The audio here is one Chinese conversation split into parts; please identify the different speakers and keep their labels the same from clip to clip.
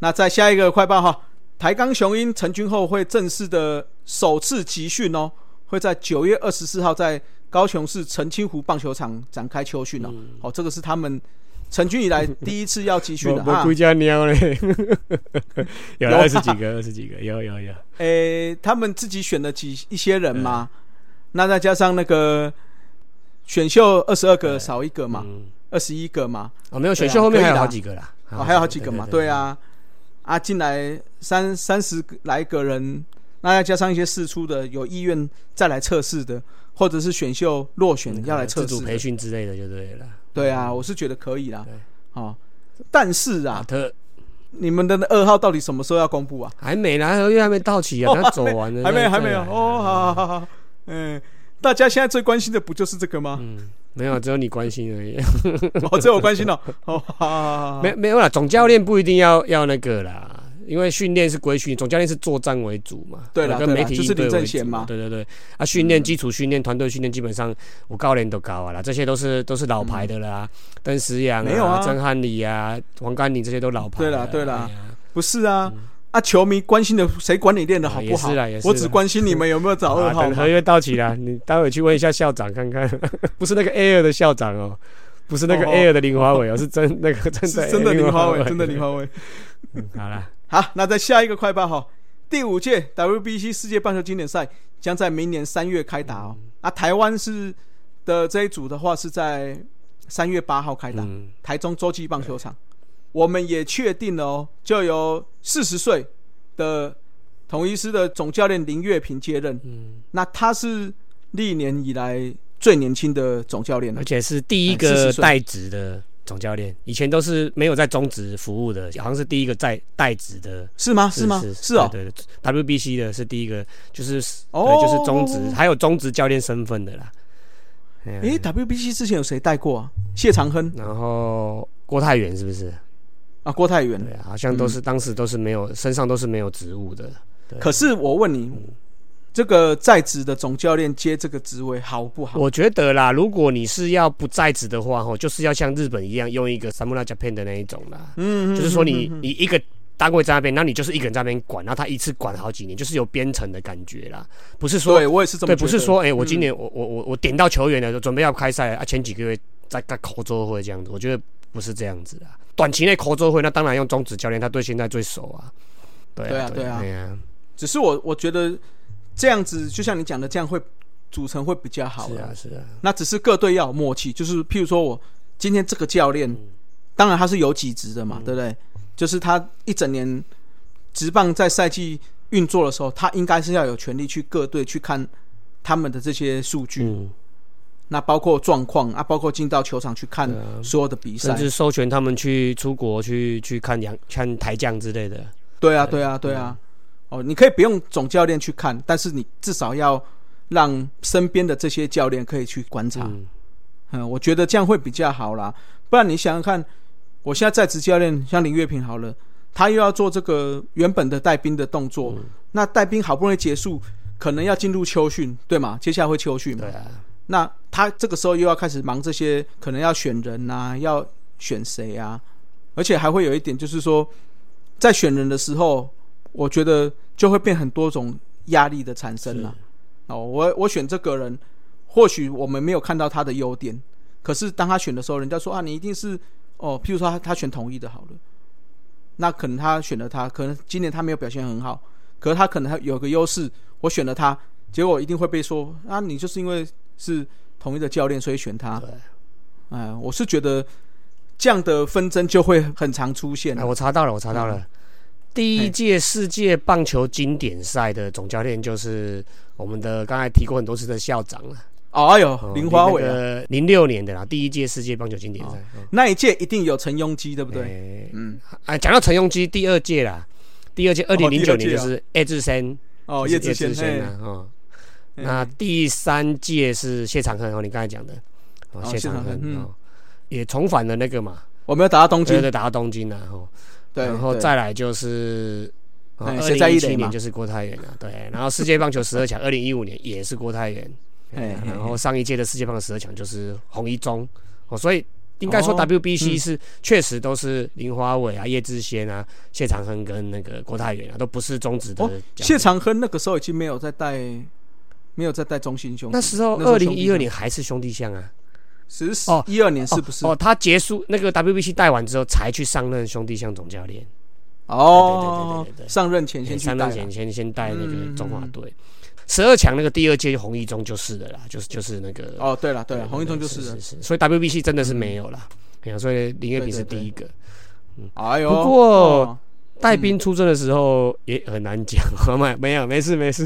Speaker 1: 那在下一个快报哈，台钢雄鹰成军后会正式的首次集训哦，会在九月二十四号在高雄市澄清湖棒球场展开秋训哦。
Speaker 2: 嗯
Speaker 1: 哦，这个是他们成军以来第一次要集训
Speaker 2: 我
Speaker 1: 的
Speaker 2: 我
Speaker 1: 啊
Speaker 2: 估。计要 尿嘞，有
Speaker 1: 有啊
Speaker 2: 二十几个，二十几个，有有有，
Speaker 1: 诶、他们自己选了几一些人嘛，
Speaker 2: 嗯
Speaker 1: 那再加上那个选秀二十二个少一个嘛，
Speaker 2: 嗯，
Speaker 1: 二十一个嘛，
Speaker 2: 哦，没有选
Speaker 1: 对
Speaker 2: 秀
Speaker 1: 啊
Speaker 2: 后面还
Speaker 1: 可
Speaker 2: 有
Speaker 1: 以啦
Speaker 2: 好几个啦，
Speaker 1: 哦，还有好几个嘛，对，啊，啊，进来三三十来个人，那再加上一些试出的，有意愿再来测试的，或者是选秀落选
Speaker 2: 嗯
Speaker 1: 要来测
Speaker 2: 自
Speaker 1: 试
Speaker 2: 主
Speaker 1: 的
Speaker 2: 培训之类的就对了。
Speaker 1: 对啊，我是觉得可以啦
Speaker 2: 对，
Speaker 1: 哦，但是
Speaker 2: 啊，
Speaker 1: 啊，
Speaker 2: 特
Speaker 1: 你们的二号到底什么时候要公布啊？
Speaker 2: 还没啦，合约还没到期啊，
Speaker 1: 哦
Speaker 2: 他走完了，
Speaker 1: 还没，
Speaker 2: 再
Speaker 1: 还没有，
Speaker 2: 再来
Speaker 1: 哦，好好好好，嗯，大家现在最关心的不就是这个吗？
Speaker 2: 嗯，没有，只有你关心而已。
Speaker 1: 哦，这我关心了，哦，好好好好，好
Speaker 2: 没，没有啦，总教练不一定要要那个啦，因为训练是归训，总教练是作战为主嘛，
Speaker 1: 对啦
Speaker 2: 跟
Speaker 1: 对啦
Speaker 2: 媒体
Speaker 1: 就是
Speaker 2: 应对
Speaker 1: 林正
Speaker 2: 为
Speaker 1: 贤
Speaker 2: 主
Speaker 1: 嘛
Speaker 2: 对对对，啊，训练基础训练、团队训练基本上我教练都搞啊啦，这些都是都是老牌的啦，邓石阳
Speaker 1: 没有啊
Speaker 2: 郑汉礼啊、黄甘宁这些都老牌
Speaker 1: 对
Speaker 2: 的。
Speaker 1: 啦对啦
Speaker 2: 哎呀
Speaker 1: 不是啊，啊，球迷关心的谁管你练的好不
Speaker 2: 啊
Speaker 1: 好
Speaker 2: 嗯也是啦也？是啦
Speaker 1: 我只关心你们有没有找
Speaker 2: 好
Speaker 1: 二
Speaker 2: 啦
Speaker 1: 号
Speaker 2: 啊等
Speaker 1: 嘛
Speaker 2: 合。约到期啦，你待会去问一下校长看看，不是那个 Air 的校长哦、不是那个
Speaker 1: 哦
Speaker 2: Air 的林华伟哦、是真那个真的
Speaker 1: 是真的林华伟，真的林
Speaker 2: 华
Speaker 1: 华伟。
Speaker 2: 伟。好啦，
Speaker 1: 好，那在下一个快报哈，第五届 WBC 世界棒球经典赛将在明年三月开打哦。啊，台湾是的这一组的话是在三月八号开打，
Speaker 2: 嗯，
Speaker 1: 台中洲际棒球场。我们也确定了哦，就由四十岁的统一师的总教练林月平接任。
Speaker 2: 嗯
Speaker 1: 那他是历年以来最年轻的总教练了
Speaker 2: 而。且是第一
Speaker 1: 哎40
Speaker 2: 个
Speaker 1: 岁
Speaker 2: 代职的总教练，以前都是没有在中职服务的，好像是第一个在代职的。
Speaker 1: 是吗？是吗？是哦，
Speaker 2: 对对对，WBC 的是第一个，就是
Speaker 1: 哦
Speaker 2: 对，就是中职，还有中职教练身份的啦。哎呀
Speaker 1: 诶 w b c 之前有谁带过啊？谢长亨
Speaker 2: 然后郭泰源是不是？
Speaker 1: 啊，郭泰源
Speaker 2: 对。啊，好像都
Speaker 1: 嗯
Speaker 2: 是当时都是没有身上都是没有职务的。对
Speaker 1: 可是我问你，
Speaker 2: 嗯
Speaker 1: 这个在职的总教练接这个职位好不好？
Speaker 2: 我觉得啦，如果你是要不在职的话，吼，就是要像日本一样用一个 Samurai Japan 的那一种啦。
Speaker 1: 嗯
Speaker 2: 就是说你你一个单位在那边，那你就是一个人在那边管，然后他一次管好几年，就是有编程的感觉啦，不是说
Speaker 1: 对我也是这么
Speaker 2: 对，
Speaker 1: 觉得嗯
Speaker 2: 不是说哎、我今年我我我我点到球员了，准备要开赛了啊，前几个月在干口周会这样子，我觉得不是这样子啦。短期内口周会，那当然用中指教练，他对现在最熟啊。对
Speaker 1: 对啊
Speaker 2: 啊，对
Speaker 1: 对啊
Speaker 2: 哎呀
Speaker 1: 只是我我觉得这样子，就像你讲的，这样会组成会比较好
Speaker 2: 是
Speaker 1: 啦
Speaker 2: 啊，是啊，
Speaker 1: 那只是各队要有默契，就是譬如说我今天这个教练，
Speaker 2: 嗯
Speaker 1: 当然他是有几职的嘛，对不对？就是他一整年职棒在赛季运作的时候，他应该是要有权利去各队去看他们的这些数据，
Speaker 2: 嗯，
Speaker 1: 那包括状况啊，包括进到球场去看
Speaker 2: 对啊
Speaker 1: 所有的比
Speaker 2: 甚
Speaker 1: 赛。
Speaker 2: 至授权他们去出国去去看洋看台将之类的。
Speaker 1: 对啊，对啊，对
Speaker 2: 嗯
Speaker 1: 啊。哦，你可以不用总教练去看，但是你至少要让身边的这些教练可以去观察。
Speaker 2: 嗯，
Speaker 1: 嗯，我觉得这样会比较好啦。不然你想想看，我现在在职教练像林月平好了，他又要做这个原本的带兵的动作，
Speaker 2: 嗯
Speaker 1: 那带兵好不容易结束，可能要进入秋训，对吗？接下来会秋训嘛
Speaker 2: 对？啊，
Speaker 1: 那他这个时候又要开始忙这些，可能要选人啊，要选谁啊，而且还会有一点就是说，在选人的时候，我觉得就会变很多种压力的产生了、哦，我我选这个人，或许我们没有看到他的优点，可是当他选的时候，人家说啊，你一定是哦，譬如说他他选统一的好了，那可能他选了他，可能今年他没有表现很好，可是他可能还有个优势，我选了他，结果一定会被说啊，你就是因为是统一的教练，所以选他。
Speaker 2: 对。
Speaker 1: 哎、我是觉得这样的纷争就会很常出现。
Speaker 2: 哎，我查到了，我查到了。
Speaker 1: 嗯
Speaker 2: 第一届世界棒球经典赛的总教练就是我们的刚才提过很多次的校长了，
Speaker 1: 哦，哎呦
Speaker 2: 哦，
Speaker 1: 林华伟、啊、那
Speaker 2: 那零六年的啦，第一届世界棒球经典赛，
Speaker 1: 一届一定有陈庸基，对
Speaker 2: 对
Speaker 1: 不对？嗯，
Speaker 2: 哎，讲到陈庸基，第二届啦，第二届二零零九
Speaker 1: 第
Speaker 2: 年
Speaker 1: 二届
Speaker 2: 就
Speaker 1: 啊
Speaker 2: 是叶志森，
Speaker 1: 哦，
Speaker 2: 就是
Speaker 1: 叶
Speaker 2: 叶
Speaker 1: 志贤，哎
Speaker 2: 志森
Speaker 1: 嘿
Speaker 2: 啊，哦，
Speaker 1: 嘿
Speaker 2: 那第三届是谢长亨，哦，你刚才讲的，哦
Speaker 1: 哦，
Speaker 2: 谢
Speaker 1: 谢
Speaker 2: 长
Speaker 1: 长亨
Speaker 2: 亨
Speaker 1: 嗯
Speaker 2: 哦，也重返了那个嘛，
Speaker 1: 我没有打到东京
Speaker 2: 对，对，打到东京了，哦。
Speaker 1: 对，
Speaker 2: 然后
Speaker 1: 对
Speaker 2: 再来就是。哦二
Speaker 1: 哎谁
Speaker 2: 零
Speaker 1: 在
Speaker 2: 一
Speaker 1: 一
Speaker 2: 七
Speaker 1: 垒嘛
Speaker 2: 年就是郭泰源了，对。然后世界棒球十二强，二零一五年也是郭泰源，
Speaker 1: 哎
Speaker 2: 然后上一届的世界棒球十二强就是洪一中，哦，所以应该说
Speaker 1: 哦
Speaker 2: WBC
Speaker 1: 嗯
Speaker 2: 是确实都是林华伟啊、叶志先啊、谢长亨跟那个郭泰元啊，都不是中职的
Speaker 1: 哦
Speaker 2: 奖
Speaker 1: 谢长亨那个时候已经没有在带，没有在带中心兄弟
Speaker 2: 那时候
Speaker 1: 那时候
Speaker 2: 二
Speaker 1: 兄
Speaker 2: 零
Speaker 1: 弟
Speaker 2: 一二
Speaker 1: 象
Speaker 2: 年还是兄弟象啊，
Speaker 1: 十
Speaker 2: 哦
Speaker 1: 一二年是不是？
Speaker 2: 哦，他结束那个 WBC 带完之后，才去上任兄弟象总教练，
Speaker 1: 哦
Speaker 2: 对对对对对对
Speaker 1: 上任前先去
Speaker 2: 上
Speaker 1: 带
Speaker 2: 任
Speaker 1: 啦
Speaker 2: 前先先带那个中华
Speaker 1: 嗯嗯嗯
Speaker 2: 队。十二强那个第二届红一中就是的啦，就是就是那个
Speaker 1: 哦，对了对了，洪一中就是是了
Speaker 2: 是，是，所以 WBC 真的是没有啦。哎呀，所以林业平是第一个
Speaker 1: 哎呦，
Speaker 2: 不过
Speaker 1: 哦
Speaker 2: 带兵出征的时候也很难讲， 哦没没有没事没事，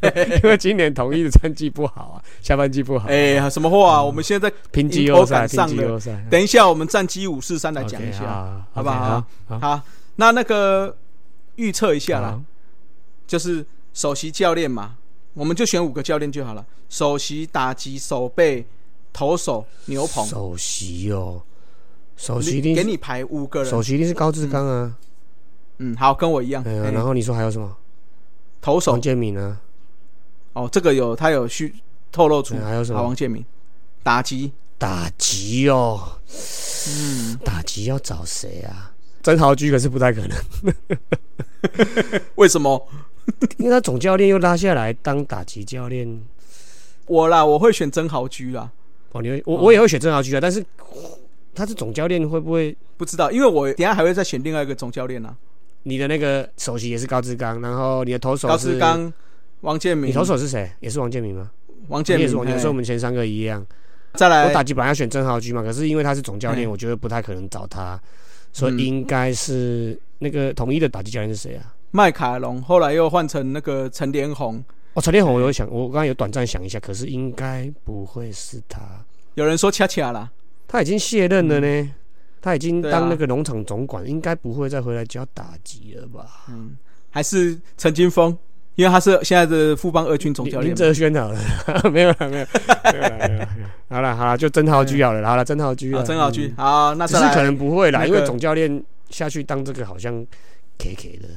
Speaker 2: 因为今年统一的战绩不好啊， 下半季不好，
Speaker 1: 哎，什么话啊？我们现在
Speaker 2: 拼季后赛
Speaker 1: 头赶
Speaker 2: 拼
Speaker 1: 上
Speaker 2: 季后赛，
Speaker 1: 等一下，我们战机五四三来
Speaker 2: 嗯 OK，
Speaker 1: 讲一下，
Speaker 2: 好
Speaker 1: 好不好？
Speaker 2: 好
Speaker 1: 好，那那个预测一下啦
Speaker 2: 好，
Speaker 1: 就是首席教练嘛，我们就选五个教练就好了。首席、打击、手背、投手、牛棚，
Speaker 2: 首席哦，首席一
Speaker 1: 你给
Speaker 2: 定
Speaker 1: 你排五个
Speaker 2: 首
Speaker 1: 人。
Speaker 2: 席一定是高志刚啊，
Speaker 1: 嗯，好，跟我一样。
Speaker 2: 哎呀
Speaker 1: 哎
Speaker 2: 然后你说还有什么？
Speaker 1: 投手
Speaker 2: 王建民啊，
Speaker 1: 哦，这个有他有去透露出
Speaker 2: 哎，还有什
Speaker 1: 好，
Speaker 2: 么
Speaker 1: 王？建民打击，
Speaker 2: 打击哦，
Speaker 1: 嗯，
Speaker 2: 打击要找谁啊？曾豪居可是不太可能。
Speaker 1: 为什么
Speaker 2: 因为他总教练又拉下来当打击教练，
Speaker 1: 我啦？我会选曾豪居啦，
Speaker 2: 哦，你会我
Speaker 1: 哦
Speaker 2: 我也会选郑豪居啊，但是他是总教练会不会
Speaker 1: 不知道，因为我等一下还会再选另外一个总教练啊，
Speaker 2: 你的那个首席也是高志刚，然后你的投手
Speaker 1: 高
Speaker 2: 是
Speaker 1: 志，刚、王建民
Speaker 2: 你、投手是谁？也是王建民吗？
Speaker 1: 王
Speaker 2: 你
Speaker 1: 建
Speaker 2: 也
Speaker 1: 民哎
Speaker 2: 是王建民，
Speaker 1: 嘿
Speaker 2: 所以我们前三个一样。
Speaker 1: 再来
Speaker 2: 我打击本来要选郑豪居嘛，可是因为他是总教练，
Speaker 1: 嗯
Speaker 2: 我觉得不太可能找他，所
Speaker 1: 嗯
Speaker 2: 以应该是那个统一的打击教练是谁啊？
Speaker 1: 麦卡龙，后来又换成那个陈连红。
Speaker 2: 哦，陈天宏，我有想，我刚刚有短暂想一下，可是应该不会是他，
Speaker 1: 有人说恰恰啦，
Speaker 2: 他已经卸任了呢，他已经
Speaker 1: 嗯对啊
Speaker 2: 当那个农场总管，应该不会再回来教打击了吧？
Speaker 1: 嗯，还是陈金峰，因为他是现在的富邦二军总教练
Speaker 2: 林林
Speaker 1: 嘛。
Speaker 2: 哲轩好了， 没有了，没有，没有了，没有了。好了，好了，就曾豪居好了，好了，曾豪居
Speaker 1: 啊，
Speaker 2: 了，
Speaker 1: 曾浩居
Speaker 2: 嗯，
Speaker 1: 好，那
Speaker 2: 只
Speaker 1: 啊再
Speaker 2: 是可
Speaker 1: 来
Speaker 2: 能不会啦，
Speaker 1: 那
Speaker 2: 因
Speaker 1: 个
Speaker 2: 为总教练下去当这个好像 K K 的。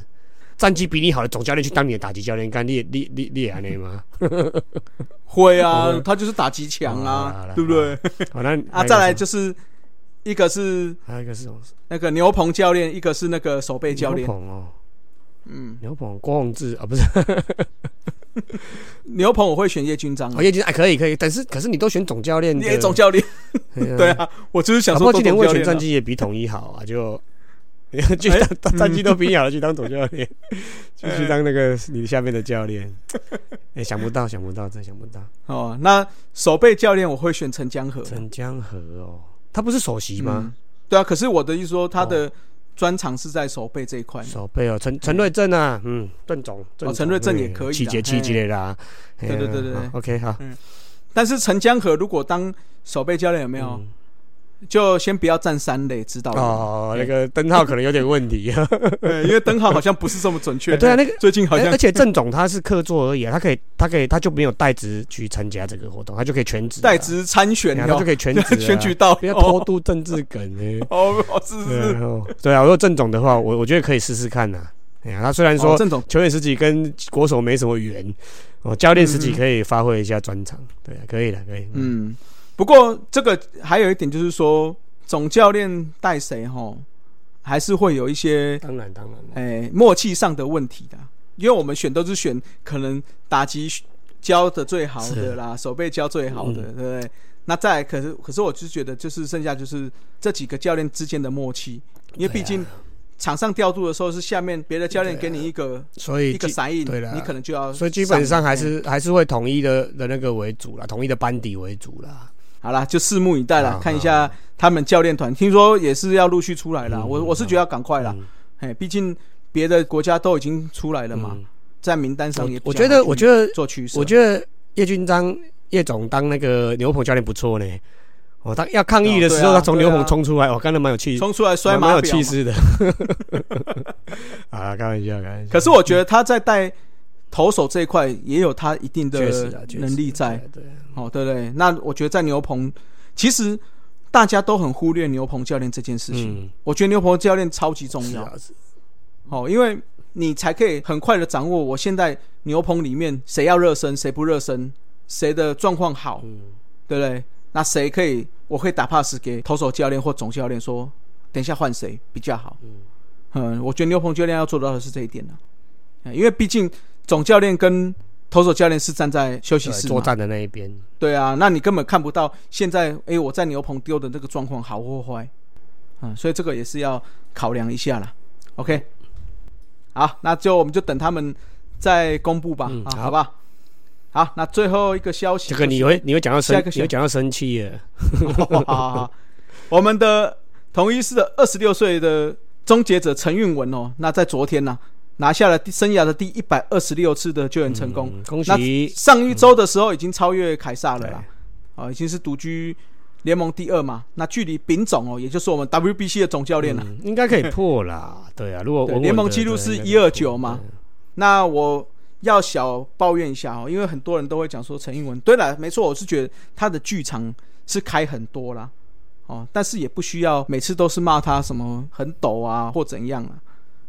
Speaker 2: 战绩比你好的总教练去当你的打击教练，干你也你你你也安内 吗？
Speaker 1: 会啊
Speaker 2: 我，
Speaker 1: 他就是打击强
Speaker 2: 哦好
Speaker 1: 啊
Speaker 2: 啦，
Speaker 1: 对不对？
Speaker 2: 好，哦那
Speaker 1: 啊，再来就
Speaker 2: 这，
Speaker 1: 是一个是
Speaker 2: 还有一个是什么？
Speaker 1: 那个牛棚教练，一个是那个守备教练
Speaker 2: 牛。棚哦，
Speaker 1: 嗯，
Speaker 2: 牛棚郭宏志啊，不是，
Speaker 1: 牛棚我会选叶军章啊
Speaker 2: 哦，，叶军哎，可以可以，但是可是你都选总教练的
Speaker 1: 叶总教练，
Speaker 2: 对
Speaker 1: 对啊，我就是想
Speaker 2: 嗯搞不好
Speaker 1: 说都
Speaker 2: 今年
Speaker 1: 总
Speaker 2: 卫
Speaker 1: 教
Speaker 2: 权
Speaker 1: 练
Speaker 2: 战
Speaker 1: 啊。哎
Speaker 2: 绩也比统一好啊， 就去当、当 战绩都比你好了，去当总教 练，就去当那个你下面的教练。哎、想不到，想不到，真想不到，
Speaker 1: 哦，那守备教练我会选陈江河。
Speaker 2: 陈江河哦，他不是首席吗哦
Speaker 1: 嗯？？对啊，可是我的意思说，他的专长是在手背这一块嘛。
Speaker 2: 手背哦，陈陈瑞正啊，嗯，邓总，
Speaker 1: 哦陈瑞正也
Speaker 2: 嗯
Speaker 1: 可以啦
Speaker 2: 气节气
Speaker 1: 嘿
Speaker 2: 节啦，嘿啊
Speaker 1: 对对对对
Speaker 2: 好
Speaker 1: 对
Speaker 2: ，OK 好，
Speaker 1: 但是陈江河如果当守备教练有没有？
Speaker 2: 嗯
Speaker 1: 就先不要站三垒指导员，
Speaker 2: 哦，
Speaker 1: 哎
Speaker 2: 那个灯号可能有点问题，
Speaker 1: 对因为灯号好像不是这么准确。
Speaker 2: 对啊，那个。
Speaker 1: 最近好
Speaker 2: 哎
Speaker 1: 像
Speaker 2: 而且郑总他是客座而已啊，他可以，他可以，他就没有代职去参加这个活动，他就可以全职啊
Speaker 1: 代职参选
Speaker 2: 然后就
Speaker 1: 哦，
Speaker 2: 可以全职啊
Speaker 1: 选举到。
Speaker 2: 不要偷渡政治梗 呢
Speaker 1: 哦，哦是
Speaker 2: 对
Speaker 1: 是
Speaker 2: 啊，哦对啊，如果郑总的话，我我觉得可以试试看呐、哎呀，他虽然
Speaker 1: 是，
Speaker 2: 说
Speaker 1: 哦郑总
Speaker 2: 球员时期跟国手没什么缘，哦，教练时
Speaker 1: 嗯
Speaker 2: 期
Speaker 1: 嗯
Speaker 2: 可以发挥一下专长。对啊，可以的，可以。嗯，
Speaker 1: 嗯，不过这个还有一点就是说，总教练带谁吼，还是会有一些
Speaker 2: 当然当然了。
Speaker 1: 诶、哎默契上的问题的，啊因为我们选都是选可能打击教的最好的啦，手背教最好的，对
Speaker 2: 嗯
Speaker 1: 不对？那再来可是可是我就是觉得就是剩下就是这几个教练之间的默契，因为
Speaker 2: 啊
Speaker 1: 毕竟场上调度的时候是下面别的教练给你一个、
Speaker 2: 所啊以
Speaker 1: 一个哎
Speaker 2: 基，
Speaker 1: 闪印
Speaker 2: 对啦，
Speaker 1: 你可能就要，
Speaker 2: 所以基本上还是还是会统一的的那个为主啦，统一的班底为主啦。
Speaker 1: 哎好啦，就拭目以待啦，
Speaker 2: 好
Speaker 1: 看一下他们教练团，听说也是要陆续出来啦，
Speaker 2: 啊嗯
Speaker 1: 我
Speaker 2: 嗯
Speaker 1: 我是觉得要赶快啦，
Speaker 2: 嗯，
Speaker 1: 哎，毕竟别的国家都已经出来了嘛，
Speaker 2: 嗯
Speaker 1: 在名单上也
Speaker 2: 我我觉得，我觉
Speaker 1: 得
Speaker 2: 得
Speaker 1: 做趋势，啊
Speaker 2: 我觉得叶军章叶总当那个牛棚教练不错呢。哦，他要抗议的时
Speaker 1: 哦对
Speaker 2: 候，
Speaker 1: 啊
Speaker 2: 他从牛棚
Speaker 1: 对啊
Speaker 2: 冲出来，我看他蛮有气，
Speaker 1: 冲出来摔
Speaker 2: 蛮
Speaker 1: 马
Speaker 2: 有
Speaker 1: 表
Speaker 2: 气
Speaker 1: 嘛。
Speaker 2: 势的。 啊，开玩笑，开玩笑。
Speaker 1: 可是我觉得他在带投手这一块也有他一定的
Speaker 2: 确实啊，确实
Speaker 1: 能力在，
Speaker 2: 对啊，对啊
Speaker 1: 哦，对不对？那我觉得在牛棚，其实大家都很忽略牛棚教练这件事情。
Speaker 2: 嗯，
Speaker 1: 我觉得牛棚教练超级重
Speaker 2: 是
Speaker 1: 要
Speaker 2: 啊，是
Speaker 1: 哦，因为你才可以很快的掌握我现在牛棚里面谁要热身，谁不热身，谁的状况好，
Speaker 2: 嗯，
Speaker 1: 对不对？那谁可以？我会打 pass 给投手教练或总教练说，等一下换谁比较好。嗯，我觉得牛棚教练要做到的是这一点呢、嗯因为毕竟总教练跟投手教练是站在休息
Speaker 2: 对
Speaker 1: 室嘛
Speaker 2: 啊作战的那一边，
Speaker 1: 对啊，那你根本看不到现在，诶，我在牛棚丢的那个状况好或坏，嗯，所以这个也是要考量一下啦。OK，好，那就我们就等他们再公布吧，
Speaker 2: 嗯
Speaker 1: 啊，
Speaker 2: 好
Speaker 1: 好吧。好，那最后一个消息、
Speaker 2: 这个你会你会讲到
Speaker 1: 下
Speaker 2: 生
Speaker 1: 一个，
Speaker 2: 你会讲到生气了。
Speaker 1: 好好好，我们的同一师的二十六岁的终结者陈韵文哦，那在昨天呢、拿下了第生涯的第一百二十六次的救援成功，
Speaker 2: 嗯恭
Speaker 1: 那
Speaker 2: 喜！
Speaker 1: 上一周的时候已经超越凯撒了
Speaker 2: 对
Speaker 1: 啦，啊、已经是独居联盟第二嘛，那距离丙总哦，也就是我们 WBC 的总教练了、啊
Speaker 2: 嗯应该可以破 啦。对啊，如果
Speaker 1: 对
Speaker 2: 稳稳的
Speaker 1: 联盟纪录是
Speaker 2: 对应该可以
Speaker 1: 129
Speaker 2: 破
Speaker 1: 嘛那我要小抱怨一下哦，因为很多人都会讲说陈英文，对了，没错，我是觉得他的剧场是开很多啦，哦，但是也不需要每次都是骂他什么很抖啊或怎样啊。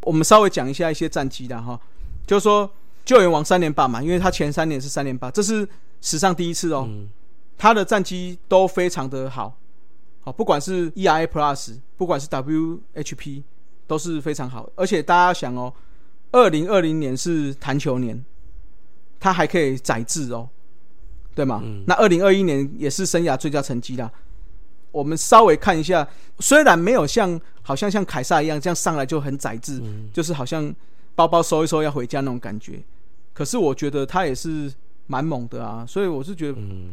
Speaker 1: 我们稍微讲一下一些战绩的哈，就是说救援王三连霸嘛，因为他前三年是三连霸，这是史上第一次哦。
Speaker 2: 嗯
Speaker 1: 他的战绩都非常的好，好，不管是 ERA Plus，不管是 WHP，都是非常好。而且大家想哦，二零二零年是弹球年，他还可以载制哦，对吗？
Speaker 2: 嗯
Speaker 1: 那二零二一年也是生涯最佳成绩啦。我们稍微看一下，虽然没有像好像像凯撒一样这样上来就很载制，
Speaker 2: 嗯
Speaker 1: 就是好像包包收一收要回家那种感觉，可是我觉得他也是蛮猛的啊，所以我是觉得
Speaker 2: 嗯，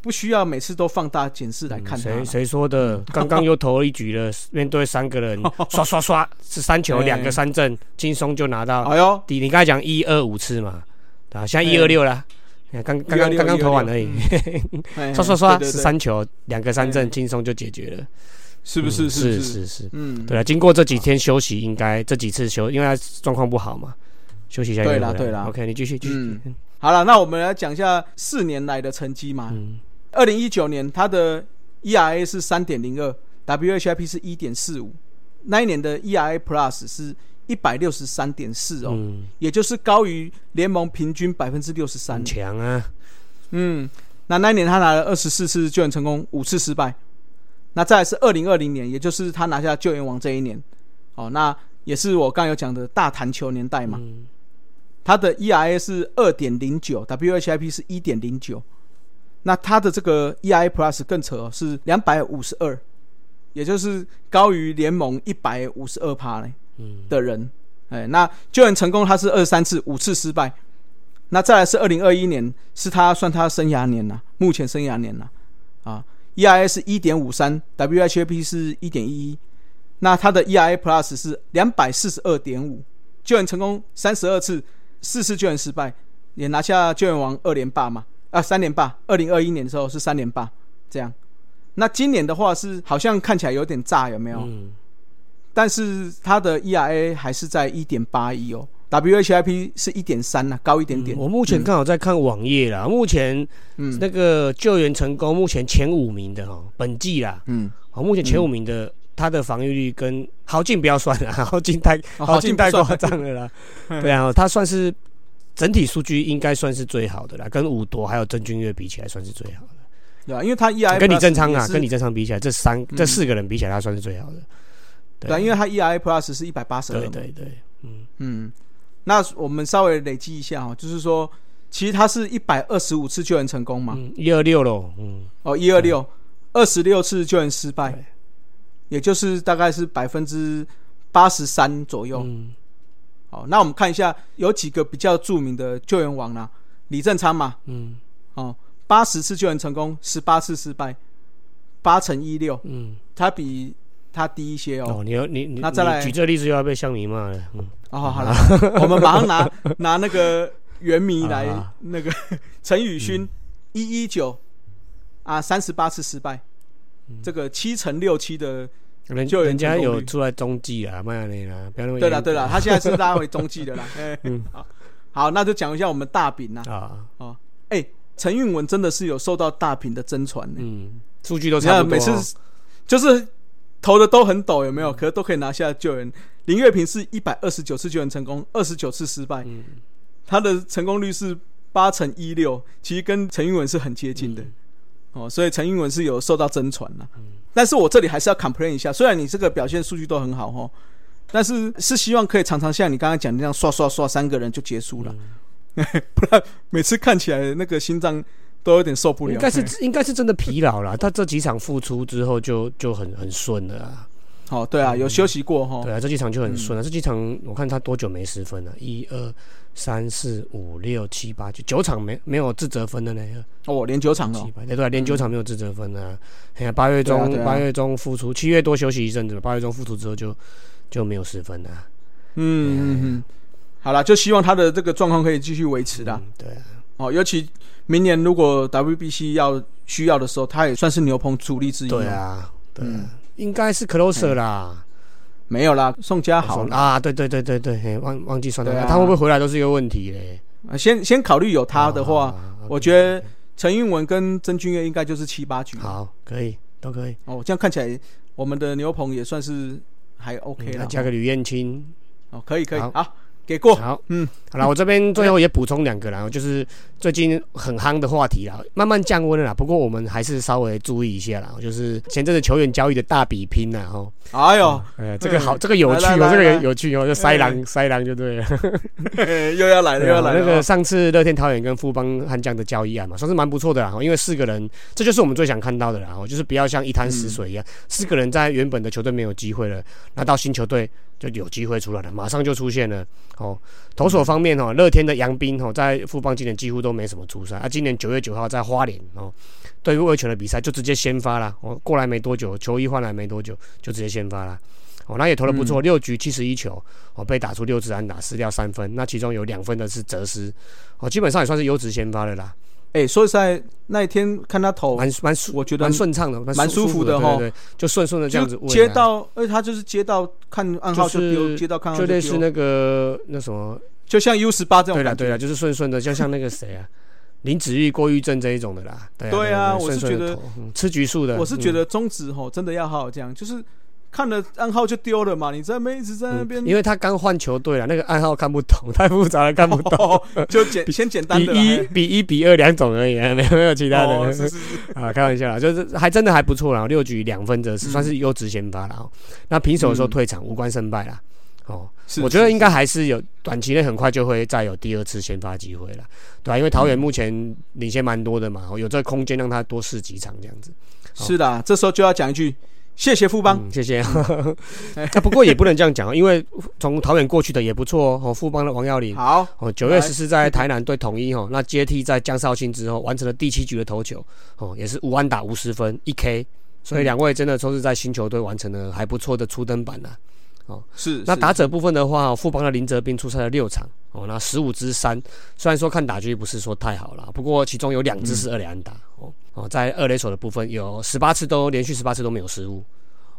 Speaker 1: 不需要每次都放大检视来看他啦、
Speaker 2: 谁谁说 的？刚刚又投了一局了，面对三个人，刷刷刷是三球，
Speaker 1: 对
Speaker 2: 两个三振，轻松就拿到。
Speaker 1: 哎呦，
Speaker 2: 第你刚才讲一二五次嘛，对啊，现在一
Speaker 1: 嗯
Speaker 2: 二六啦。你看刚刚刚
Speaker 1: 126
Speaker 2: 刚刚投完而已，
Speaker 1: 哎
Speaker 2: 刷刷刷
Speaker 1: 对对
Speaker 2: 十
Speaker 1: 对
Speaker 2: 三球，两个三振
Speaker 1: 嗯
Speaker 2: 轻松就解决了，
Speaker 1: 是不是？
Speaker 2: 嗯
Speaker 1: 是
Speaker 2: 是
Speaker 1: 不是？
Speaker 2: 是是，
Speaker 1: 嗯，
Speaker 2: 对啊，经过这几天休息，应该这几次休，因为他状况不好嘛，休息一下
Speaker 1: 对
Speaker 2: 应该
Speaker 1: 啦
Speaker 2: 回来
Speaker 1: 对啦
Speaker 2: OK，你继续继续
Speaker 1: 嗯，好了，那我们来讲一下四年来的成绩嘛。
Speaker 2: 嗯
Speaker 1: 二零一九年他的 ERA 是三点零二，WHIP 是一点四五，那一年的 ERA Plus 是一百六十三点四哦，
Speaker 2: 嗯，
Speaker 1: 也就是高于联盟平均百分之六十三
Speaker 2: 很。强啊，
Speaker 1: 嗯，那那一年他拿了二十四次救援成功，五次失败。那再来是二零二零年，也就是他拿下救援王这一年，哦，那也是我刚有讲的大弹球年代嘛。
Speaker 2: 嗯
Speaker 1: 他的 ERA 是二点零九，WHIP 是一点零九。那他的这个 ERA Plus 更扯、哦，是两百五十二，也就是高于联盟一百五十二趴嘞。
Speaker 2: 嗯
Speaker 1: 的人，哎，那救援成功他是二三次，五次失败。那再来是二零二一年，是他算他生涯年了、目前生涯年了啊。EIA 是一点五三，WHAP 是一点一一，那他的 EIA Plus 是两百四十二点五，救援成功三十二次，四次救援失败，也拿下救援王二连霸嘛，啊三连霸。二零二一年的时候是三连霸，这样。那今年的话是好像看起来有点炸，有没有？
Speaker 2: 嗯
Speaker 1: 但是它的 ERA 还是在一点八一哦，WHIP 是一点三呐，高一点点
Speaker 2: 嗯。我目前刚好在看网页啦，目前
Speaker 1: 嗯
Speaker 2: 那个救援成功，目前前五名的哈，本季啦，
Speaker 1: 嗯，
Speaker 2: 哦，目前前五名的他的防御率跟豪进不要算 了，豪进太
Speaker 1: 哦
Speaker 2: 豪进太
Speaker 1: 不
Speaker 2: 夸
Speaker 1: 算
Speaker 2: 张了啦。对 啊，他算是整体数据应该算是最好的啦，跟五夺还有郑钧岳比起来算是最好的。
Speaker 1: 对啊，因为它 ERA
Speaker 2: 跟你
Speaker 1: Plus
Speaker 2: 正昌啊
Speaker 1: 也，是
Speaker 2: 跟你正昌比起来，这三
Speaker 1: 嗯
Speaker 2: 这四个人比起来，他算是最好的。
Speaker 1: 对啊，因为它 ERA Plus 是一百八十二
Speaker 2: 对
Speaker 1: 嘛。
Speaker 2: 对对，嗯
Speaker 1: 嗯，那我们稍微累积一下哦，就是说，其实它是一百二十五次救援成功嘛，
Speaker 2: 嗯，一二六喽，嗯，
Speaker 1: 哦，一二六，二十六次救援失败
Speaker 2: 对，
Speaker 1: 也就是大概是百分之八十三左右。
Speaker 2: 嗯
Speaker 1: 好，那我们看一下有几个比较著名的救援王啦，李正昌嘛，
Speaker 2: 嗯
Speaker 1: 哦，八十次救援成功，十八次失败，八乘一六，
Speaker 2: 嗯，
Speaker 1: 他比他低一些哦。
Speaker 2: 哦，你要你你
Speaker 1: 那再来
Speaker 2: 你举这个例子又要被乡民骂了，嗯，
Speaker 1: 哦，好了，好 啦我们马上拿拿那个原名来
Speaker 2: 啊
Speaker 1: 那个陈宇勋一一九啊，三十八次失败，
Speaker 2: 嗯
Speaker 1: 这个七乘六七的，
Speaker 2: 人
Speaker 1: 救援
Speaker 2: 人家
Speaker 1: 成功
Speaker 2: 有
Speaker 1: 率
Speaker 2: 出来中继啊，骂你啦，不要那么
Speaker 1: 对了
Speaker 2: 严格
Speaker 1: 对了，他现在是拉回中继的 啦。哎
Speaker 2: 嗯，
Speaker 1: 好，好，那就讲一下我们大饼啦。
Speaker 2: 啊，
Speaker 1: 哎，陈韵文真的是有受到大饼的真传呢。
Speaker 2: 嗯，数据都
Speaker 1: 你
Speaker 2: 差
Speaker 1: 看
Speaker 2: 不多嗯
Speaker 1: 每
Speaker 2: 哦，
Speaker 1: 次就是投的都很陡，有没有？可是都可以拿下救援。林月平是一百二十九次救援成功，二十九次失败，
Speaker 2: 嗯嗯
Speaker 1: 他的成功率是八乘一六，其实跟陈玉文是很接近的。哦，所以陈英文是有受到真传了、但是我这里还是要 complain 一下，虽然你这个表现数据都很好哦，但是是希望可以常常像你刚刚讲的那样刷刷刷三个人就结束了，
Speaker 2: 嗯
Speaker 1: 不然每次看起来那个心脏都有点受不了。
Speaker 2: 应该是应该是真的疲劳了。他这几场复出之后就就很很顺了啊。
Speaker 1: 好、哦，对嗯啊，有休息过哈、
Speaker 2: 对啊，这几场就很顺了。这几场我看他多久没失分了？一二三四五六七八九九场没没有自责分的呢。
Speaker 1: 哦，连九场哦
Speaker 2: 七，八对对啊，连九场没有自责分啊。哎呀，八月中
Speaker 1: 对啊对啊
Speaker 2: 八月中复出，七月多休息一阵子，八月中复出之后就就没有失分啊了。
Speaker 1: 嗯嗯嗯，好啦，就希望他的这个状况可以继续维持啦。
Speaker 2: 嗯，对啊，
Speaker 1: 哦，尤其明年如果 WBC 要需要的时候，他也算是牛棚主力之一。哦
Speaker 2: 对，啊，对
Speaker 1: 嗯
Speaker 2: 啊，应该是 closer 啦。
Speaker 1: 没有啦，宋佳
Speaker 2: 我
Speaker 1: 好
Speaker 2: 说啊，对对对对对，嘿忘忘记算
Speaker 1: 对
Speaker 2: 了，
Speaker 1: 啊
Speaker 2: 他会不会回来都是一个问题嘞。
Speaker 1: 啊先先考虑有他的话，
Speaker 2: 啊
Speaker 1: 我觉得陈韵文跟曾俊岳应该就是七八局。
Speaker 2: 好，可以，都可以。
Speaker 1: 哦，这样看起来我们的牛棚也算是还 OK
Speaker 2: 嗯
Speaker 1: 了
Speaker 2: 那。加个吕燕青。
Speaker 1: 哦，可以可以，
Speaker 2: 好
Speaker 1: 好，给过。
Speaker 2: 好，
Speaker 1: 嗯
Speaker 2: 嗯，好了，我这边最后也补充两个啦，就是最近很夯的话题啦，慢慢降温了啦。不过我们还是稍微注意一下啦，就是前阵子球员交易的大比拼啦，哦，
Speaker 1: 哎呦，
Speaker 2: 哎，这个好，这个有趣
Speaker 1: 来来
Speaker 2: 哦，这个
Speaker 1: 来哎
Speaker 2: 有有趣哦，就塞狼塞狼就对了。
Speaker 1: 又要来了，
Speaker 2: 对
Speaker 1: 又
Speaker 2: 啊
Speaker 1: 要来
Speaker 2: 那
Speaker 1: 了
Speaker 2: 个
Speaker 1: 哦。
Speaker 2: 上次乐天桃园跟富邦悍将的交易案嘛，算是蛮不错的啦。因为四个人，这就是我们最想看到的啦。哦就是不要像一滩死水一样，
Speaker 1: 嗯
Speaker 2: 四个人在原本的球队没有机会了，那到新球队就有机会出来了，马上就出现了。哦，投手方面哦，乐天的杨斌哦，在富邦今年几乎都没什么出赛啊。今年九月九号在花莲哦，对味全的比赛就直接先发啦。我、过来没多久，球衣换来没多久，就直接先发啦。哦，那也投的不
Speaker 1: 嗯
Speaker 2: 错，六局七十一球，哦，被打出六支安打，失掉三分，那其中有两分的是哲思，哦，基本上也算是优质先发了啦，
Speaker 1: 哎，说实在，那一天看他投，
Speaker 2: 蛮蛮顺，
Speaker 1: 我觉得
Speaker 2: 蛮顺畅的，
Speaker 1: 哦蛮舒
Speaker 2: 舒
Speaker 1: 服的
Speaker 2: 的
Speaker 1: 吼
Speaker 2: 对对，对就顺顺的这样子
Speaker 1: 就
Speaker 2: 喂啊
Speaker 1: 接到，而且他就是接到看暗号就
Speaker 2: 就
Speaker 1: 丢，
Speaker 2: 是
Speaker 1: 接到看暗
Speaker 2: 就
Speaker 1: 号就
Speaker 2: 类似
Speaker 1: 丢，
Speaker 2: 那个那什么，
Speaker 1: 就像 U 十八这种
Speaker 2: 对了
Speaker 1: 感觉。
Speaker 2: 对了，就是顺顺的，就像那个谁啊， 林子玉、郭玉正这一种的啦，对
Speaker 1: 对啊
Speaker 2: 啊，
Speaker 1: 我是
Speaker 2: 顺顺
Speaker 1: 觉
Speaker 2: 地
Speaker 1: 得
Speaker 2: 投嗯吃局数的，
Speaker 1: 我是
Speaker 2: 嗯
Speaker 1: 觉。得中指吼真的要好好这样，就是看了暗号就丢了嘛，你在那边一直在那
Speaker 2: 嗯
Speaker 1: 边，
Speaker 2: 因为他刚换球队了，那个暗号看不懂， 太复杂了，看不懂。
Speaker 1: 就简先简单
Speaker 2: 比
Speaker 1: 的啦
Speaker 2: 一比一比二两种而已啊，没有没有其他
Speaker 1: 哦，
Speaker 2: 的
Speaker 1: 是是是，
Speaker 2: 啊，开玩笑啦，就是还真的还不错啦，六局两分则是
Speaker 1: 嗯
Speaker 2: 算是优质先发啦。哦那平手的时候
Speaker 1: 嗯
Speaker 2: 退场，无关胜败啦。哦，
Speaker 1: 是
Speaker 2: 我觉得应该还是有短期内很快就会再有第二次先发机会啦，对啊，因为桃
Speaker 1: 嗯
Speaker 2: 园目前领先蛮多的嘛，哦有这个空间让他多试几场这样子。
Speaker 1: 是的，这时候就要讲一句谢谢富邦，
Speaker 2: 嗯，谢谢。
Speaker 1: 嗯
Speaker 2: 那不过也不能这样讲哦，因为从桃园过去的也不错哦，哦富邦的王耀林。
Speaker 1: 好，
Speaker 2: 哦，九月
Speaker 1: 来
Speaker 2: 十四在台南对统一哦，那接替在江绍庆之后完成了第七局的投球哦，也是五安打无失分一 K，所以
Speaker 1: 嗯
Speaker 2: 两位真的都是在新球队完成了还不错的初登板啊呐、
Speaker 1: 是
Speaker 2: 那
Speaker 1: 是
Speaker 2: 打者部分的话，富邦的林哲斌出赛了六场哦，那十五支三，虽然说看打局不是说太好啦，不过其中有两支
Speaker 1: 嗯
Speaker 2: 是二垒安打哦哦，在二垒手的部分有十八次都连续十八次都没有失误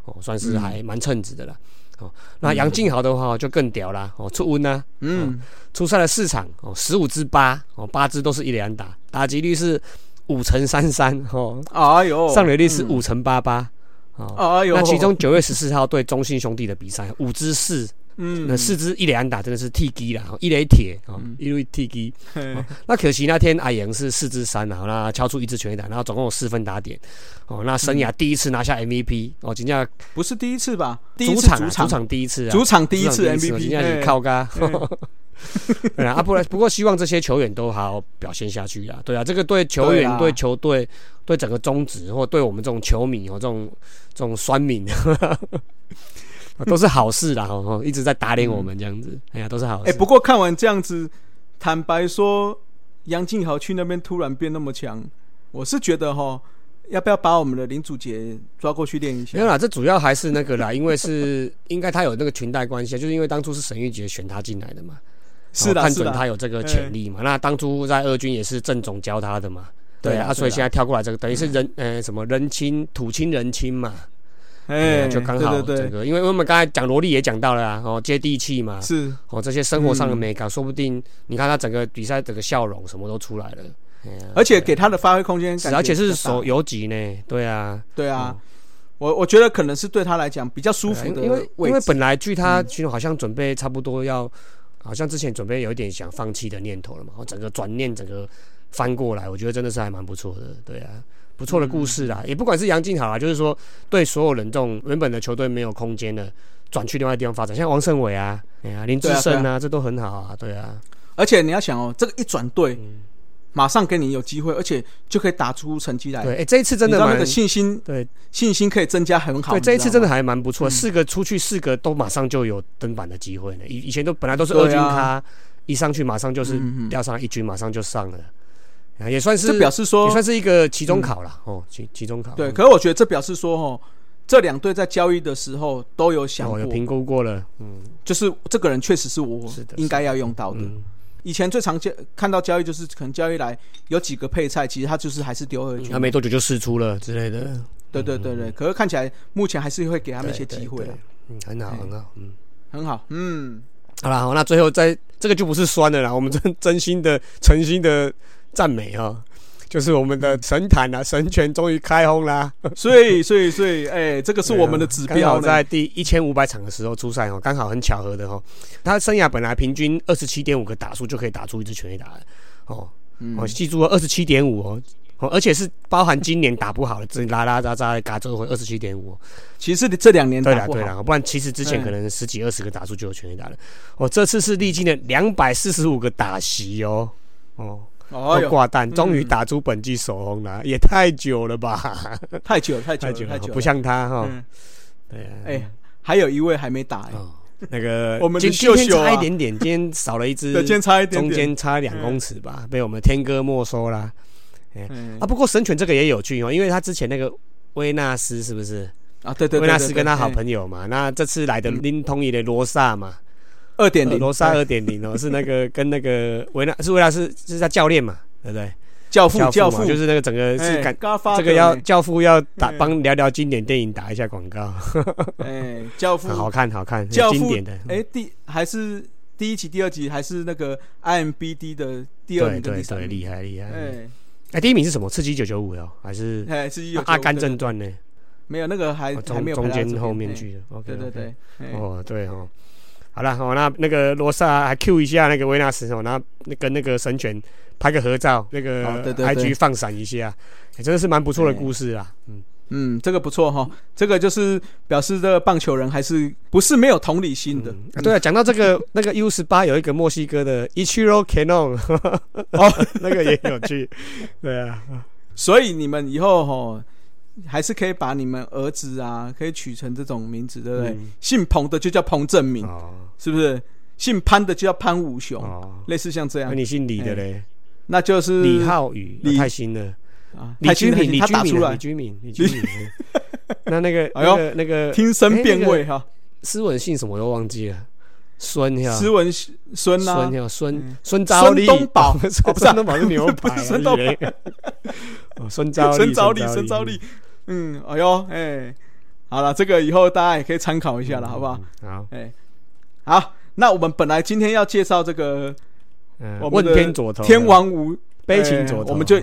Speaker 2: 哦，算
Speaker 1: 嗯
Speaker 2: 是还蛮称职的啦。哦，那杨敬豪的话哦就更屌啦哦，出温呐、
Speaker 1: 嗯
Speaker 2: 出赛了四场哦，十五支八哦，八支都是一连打，打击率是五乘三三哦，
Speaker 1: 哎呦，
Speaker 2: 上垒率是
Speaker 1: 嗯，
Speaker 2: 五乘八八哦。
Speaker 1: 哎呦，
Speaker 2: 那其中九月十四号对中信兄弟的比赛，五支四，
Speaker 1: 嗯
Speaker 2: 那四支一连打真的是 T G 啦，哦一垒铁哦
Speaker 1: 嗯，
Speaker 2: 一路 T G。
Speaker 1: 嘿
Speaker 2: 那可惜那天阿言是四支三啊，那敲出一支全垒打，然后总共有四分打点哦，那生
Speaker 1: 嗯
Speaker 2: 涯第一次拿下 MVP 哦，今天
Speaker 1: 不是第一次吧？第一
Speaker 2: 主
Speaker 1: 次
Speaker 2: 场啊
Speaker 1: 主
Speaker 2: 主
Speaker 1: 场
Speaker 2: 场第一次啊，
Speaker 1: 主场第一
Speaker 2: 市
Speaker 1: 次
Speaker 2: 场哦真
Speaker 1: MVP，
Speaker 2: 的
Speaker 1: 嘿
Speaker 2: 是靠嘎
Speaker 1: 嗯。
Speaker 2: 对啊，啊不然不过希望这些球员都好好表现下去啊。对啊，这个对球员、
Speaker 1: 对啊
Speaker 2: 对球队、对整个宗旨，或对我们这种球迷哦，这种这种酸民， 啊都是好事啦。哦，一直在打脸我们这样子，哎呀，都是
Speaker 1: 嗯
Speaker 2: 好
Speaker 1: 哎，
Speaker 2: 事。
Speaker 1: 不过看完这样子，坦白说，杨敬豪去那边突然变那么强，我是觉得哈，要不要把我们的林祖杰抓过去练一
Speaker 2: 没有
Speaker 1: 下？
Speaker 2: 啦，这主要还是那个啦，因为是 应该他有那个裙带关系啊，就是因为当初是沈玉杰选他进来的嘛，
Speaker 1: 是
Speaker 2: 哦
Speaker 1: 的，
Speaker 2: 看
Speaker 1: 是
Speaker 2: 准他
Speaker 1: 的，
Speaker 2: 有这个潜力嘛。那当初在二军也是郑总教他的嘛，对
Speaker 1: 对啊
Speaker 2: 啊，所以
Speaker 1: 对啊
Speaker 2: 现在跳过来这个，等于是人呃什么人亲土亲人亲嘛，对啊
Speaker 1: 哎，
Speaker 2: 就刚
Speaker 1: 对
Speaker 2: 好这
Speaker 1: 对对，
Speaker 2: 个，因为我们刚才讲萝莉也讲到了啊，哦，接地气嘛，
Speaker 1: 是
Speaker 2: 哦，这些生活上的
Speaker 1: 嗯
Speaker 2: 美感，说不定你看他整个比赛整个笑容什么都出来了，哎呀
Speaker 1: 而且给他的发挥空间
Speaker 2: 是
Speaker 1: 感觉比较大，
Speaker 2: 而且是手游级呢，对啊，
Speaker 1: 对啊，我我觉得可能是对他来讲比较舒服的
Speaker 2: 啊因为因
Speaker 1: 位
Speaker 2: 为
Speaker 1: 置。嗯
Speaker 2: 本来据他其实好像准哦备差不多要，好像之前准备有一点想放弃的念头了嘛，我整个转念整个翻过来，我觉得真的是还蛮不错的，对啊，不错的故事啊
Speaker 1: 嗯
Speaker 2: 啦。也不管是杨敬好啦，就是说对所有人这种原本的球队没有空间的，转去另外地方发展，像王胜伟啊，哎呀、林志
Speaker 1: 对啊对啊
Speaker 2: 胜啊，这都很好啊，对啊，
Speaker 1: 而且你要想哦，这个一转队，
Speaker 2: 嗯
Speaker 1: 马上给你有机会，而且就可以打出成绩来。
Speaker 2: 对，哎，这一次真
Speaker 1: 你
Speaker 2: 的
Speaker 1: 知道那
Speaker 2: 蛮
Speaker 1: 个信心，
Speaker 2: 对
Speaker 1: 信心可以增加很好。
Speaker 2: 对，
Speaker 1: 你
Speaker 2: 这一次真的
Speaker 1: 知道吗
Speaker 2: 还蛮不错，
Speaker 1: 嗯
Speaker 2: 四个出去四个都马上就有登板的机会呢。以以前都本来都是
Speaker 1: 对啊
Speaker 2: 二军咖，一上去马上就是
Speaker 1: 嗯嗯嗯
Speaker 2: 调上一军，马上就上了，啊也算是
Speaker 1: 这表示说
Speaker 2: 也算是一个期中考啦。哦，期期中考
Speaker 1: 对。
Speaker 2: 嗯
Speaker 1: 可是我觉得这表示说哦，这两队在交易的时候都有想
Speaker 2: 哦有
Speaker 1: 过，
Speaker 2: 评估过了，嗯
Speaker 1: 就是这个人确实是我
Speaker 2: 是的
Speaker 1: 应该要用到的。
Speaker 2: 嗯，
Speaker 1: 以前最常见看到交易就是可能交易来有几个配菜，其实他就是还是丢二军
Speaker 2: 他。啊没多久就试出了之类的，
Speaker 1: 对对对对，可是看起来目前还是会给他们一些
Speaker 2: 对
Speaker 1: 机会，
Speaker 2: 嗯对
Speaker 1: 啊
Speaker 2: 对，嗯，很好
Speaker 1: 哎
Speaker 2: 很好，嗯。
Speaker 1: 很好，嗯，
Speaker 2: 好啦，好，那最后再这个就不是酸的啦， 我们真真心的、诚心的赞美啊、就是我们的神坛啊，神拳终于开轰啦！
Speaker 1: 所以所以所以，哎，这个是我们的指
Speaker 2: 对啊刚
Speaker 1: 标
Speaker 2: 好
Speaker 1: 呢。
Speaker 2: 在第一千五百场的时候出赛哦，刚好很巧合的哦，他生涯本来平均二十七点五个打数就可以打出一支全垒打了哦，
Speaker 1: 嗯
Speaker 2: 哦，记住二十七点五哦。哦，而且是包含今年打不好的，这拉拉杂杂嘎这回二十七点五，
Speaker 1: 其实这两年
Speaker 2: 对
Speaker 1: 打
Speaker 2: 啦
Speaker 1: 不
Speaker 2: 对
Speaker 1: 好，嗯
Speaker 2: 啦，不然其实之前可能十几二十个打数就有全垒打了。哦，这次是历经了两百四十五个打席哦，哦，
Speaker 1: 哦
Speaker 2: 都
Speaker 1: 哟，
Speaker 2: 挂单，终于
Speaker 1: 嗯
Speaker 2: 打出本季首轰了，也太久了吧？
Speaker 1: 太久了太久
Speaker 2: 太
Speaker 1: 了
Speaker 2: 久
Speaker 1: 太
Speaker 2: 了，
Speaker 1: 久了，
Speaker 2: 不像他哈，
Speaker 1: 嗯，
Speaker 2: 对啊，
Speaker 1: 哎，还有一位还没打，哎
Speaker 2: 哦，那个
Speaker 1: 我们的
Speaker 2: 今
Speaker 1: 秀
Speaker 2: 今天
Speaker 1: 秀啊
Speaker 2: 差一点点，今天少了一 只
Speaker 1: 对，，今天差一点
Speaker 2: 中
Speaker 1: 点，
Speaker 2: 间差两公尺吧，被我们天哥没收啦。
Speaker 1: 嗯
Speaker 2: 啊，不过神犬这个也有趣哦，因为他之前那个威纳斯是不是？
Speaker 1: 啊，对对，
Speaker 2: 威纳斯跟他好
Speaker 1: 友
Speaker 2: 朋友嘛，那这次来的
Speaker 1: 嗯
Speaker 2: 林通一的罗萨嘛，
Speaker 1: 二点零哎
Speaker 2: 罗萨二点 零哦，是那个跟那个维纳是维纳斯是他教练嘛，对不对？
Speaker 1: 教父哎
Speaker 2: 教嘛
Speaker 1: 父
Speaker 2: 就是那个整个是感。这个
Speaker 1: 哎
Speaker 2: 要教父要打帮聊聊经典电影打一下广告，
Speaker 1: 哎教父
Speaker 2: 好看好看，
Speaker 1: 教父
Speaker 2: 经典的
Speaker 1: 哎，第还是第一集、第二集，还是那个 IMBD 的第二名
Speaker 2: 对
Speaker 1: 跟
Speaker 2: 对
Speaker 1: 第三
Speaker 2: 对，
Speaker 1: 名。
Speaker 2: 厉害厉害。
Speaker 1: 哎
Speaker 2: 哎，第一名是什么？刺激九九五哦，还是
Speaker 1: 哎，是一
Speaker 2: 《
Speaker 1: 有
Speaker 2: 阿甘
Speaker 1: 对
Speaker 2: 正传》呢？
Speaker 1: 没有那个还
Speaker 2: 哦
Speaker 1: 还没有
Speaker 2: 中中
Speaker 1: 排到这
Speaker 2: 间
Speaker 1: 边
Speaker 2: 后面。
Speaker 1: 哎
Speaker 2: 去的。OK，
Speaker 1: 对对对，哎
Speaker 2: 哦对哦。好了，好、那那个罗萨还 Q 一下那个维纳斯哦，然后那跟那个神犬拍个合照，那个
Speaker 1: 哦对对对
Speaker 2: IG 放闪一下，也真的是蛮不错的故事啊。嗯，
Speaker 1: 嗯，这个不错哈，这个就是表示这个棒球人还是不是没有同理心的
Speaker 2: 嗯。啊对啊，讲到这个那个 U 十八有一个墨西哥的 Ichiro Cano，哦， 那个也有趣，对啊，
Speaker 1: 所以你们以后哈，还是可以把你们儿子啊，可以取成这种名字，对不对？
Speaker 2: 嗯
Speaker 1: 姓彭的就叫彭正明，
Speaker 2: 哦
Speaker 1: 是不是？姓潘的就叫潘武雄，
Speaker 2: 哦，
Speaker 1: 类似像这
Speaker 2: 那
Speaker 1: 样，
Speaker 2: 你姓李的嘞？
Speaker 1: 那哎就是
Speaker 2: 李浩宇，
Speaker 1: 李
Speaker 2: 那太新了。
Speaker 1: 啊，
Speaker 2: 李
Speaker 1: 太
Speaker 2: 居
Speaker 1: 新
Speaker 2: 民，李
Speaker 1: 他
Speaker 2: 居
Speaker 1: 打出
Speaker 2: 民啊，李
Speaker 1: 来，
Speaker 2: 居民，李居民。 那那个，
Speaker 1: 哎
Speaker 2: 那
Speaker 1: 呦
Speaker 2: 个那个
Speaker 1: 听声辨
Speaker 2: 哎
Speaker 1: 位哈，
Speaker 2: 斯文姓什么我又忘记了，孙哎呀，
Speaker 1: 斯文孙呐
Speaker 2: 孙，呀，孙
Speaker 1: 嗯
Speaker 2: 孙昭利，
Speaker 1: 孙东 宝
Speaker 2: 不是
Speaker 1: 哦不是啊
Speaker 2: 孙东宝是牛排啊，
Speaker 1: 不是 孙东宝
Speaker 2: 以为，哦孙昭 利，
Speaker 1: 孙昭利
Speaker 2: 利，，
Speaker 1: 孙昭利，嗯，哎呦，哎，好了，这个以后大家也可以参考一下了，好不好？？
Speaker 2: 嗯好，
Speaker 1: 哎，好，那我们本来今天要介绍这个
Speaker 2: 嗯
Speaker 1: 我们
Speaker 2: 问
Speaker 1: 的
Speaker 2: 天左头，
Speaker 1: 天，王无
Speaker 2: 悲情左头，啊
Speaker 1: 哎我们 就